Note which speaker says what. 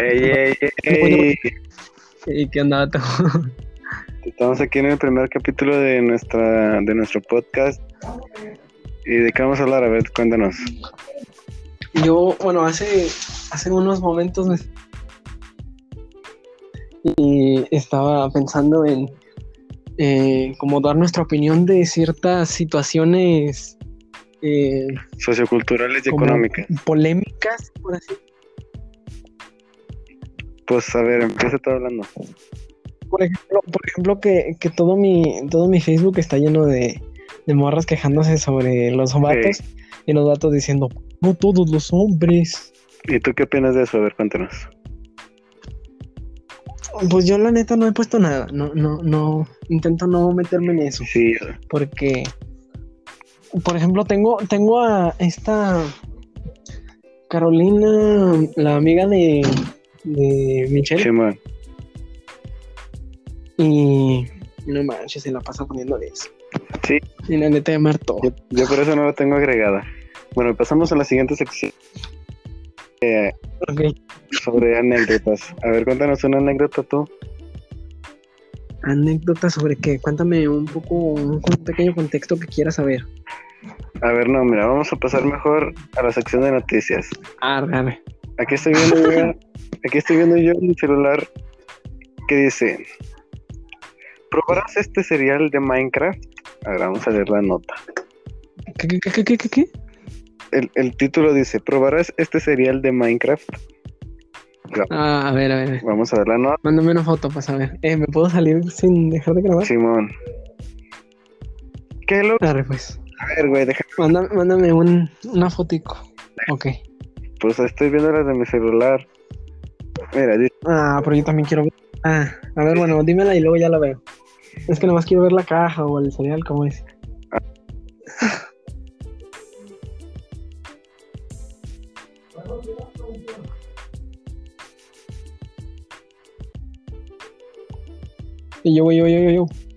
Speaker 1: Ey, ey, ey.
Speaker 2: ¿Y qué onda, vato?
Speaker 1: Estamos aquí en el primer capítulo de nuestra de nuestro podcast. ¿Y de qué vamos a hablar? A ver, cuéntanos.
Speaker 2: Yo, bueno, hace, hace unos momentos me... y estaba pensando en eh, como dar nuestra opinión de ciertas situaciones eh,
Speaker 1: Socioculturales y
Speaker 2: como
Speaker 1: económicas.
Speaker 2: polémicas, por así
Speaker 1: Pues a ver, empieza todo hablando.
Speaker 2: Por ejemplo, por ejemplo que, que todo mi todo mi Facebook está lleno de, de morras quejándose sobre los vatos y los vatos diciendo, no todos los hombres.
Speaker 1: ¿Y tú qué opinas de eso? A ver, cuéntanos.
Speaker 2: Pues yo la neta no he puesto nada, no, no, no, intento no meterme en eso.
Speaker 1: Sí,
Speaker 2: porque por ejemplo tengo tengo a esta Carolina la amiga de de Michelle
Speaker 1: Simón.
Speaker 2: y no manches se la pasa poniendo de eso
Speaker 1: Sí.
Speaker 2: y la neta de Marto
Speaker 1: Yo, yo por eso no la tengo agregada. Bueno, pasamos a la siguiente sección
Speaker 2: Ok.
Speaker 1: sobre anécdotas. A ver, cuéntanos una anécdota tú.
Speaker 2: anécdota sobre qué cuéntame un poco un con- pequeño contexto que quieras saber
Speaker 1: A ver, no, mira, vamos a pasar mejor a la sección de noticias.
Speaker 2: arre arre.
Speaker 1: Aquí estoy viendo yo, aquí estoy viendo yo mi celular que dice, ¿probarás este serial de Minecraft? A ver, vamos a leer la nota.
Speaker 2: ¿Qué, qué, qué, qué, qué, qué?
Speaker 1: El, el título dice, ¿probarás este serial de Minecraft?
Speaker 2: Ah, a ver a ver, a ver.
Speaker 1: Vamos a ver la nota.
Speaker 2: mándame una foto para saber eh, me puedo salir sin dejar de grabar
Speaker 1: Simón. ¿Qué lo...
Speaker 2: arre pues
Speaker 1: A ver, güey, déjame.
Speaker 2: mándame, mándame un, una fotico Ok.
Speaker 1: Pues estoy viendo las de mi celular. Mira, dice,
Speaker 2: Ah, pero yo también quiero ver. Ah, a ver, bueno, dímela y luego ya la veo. Es que nomás quiero ver la caja o el cereal, como es. Y yo, yo, yo, yo, yo.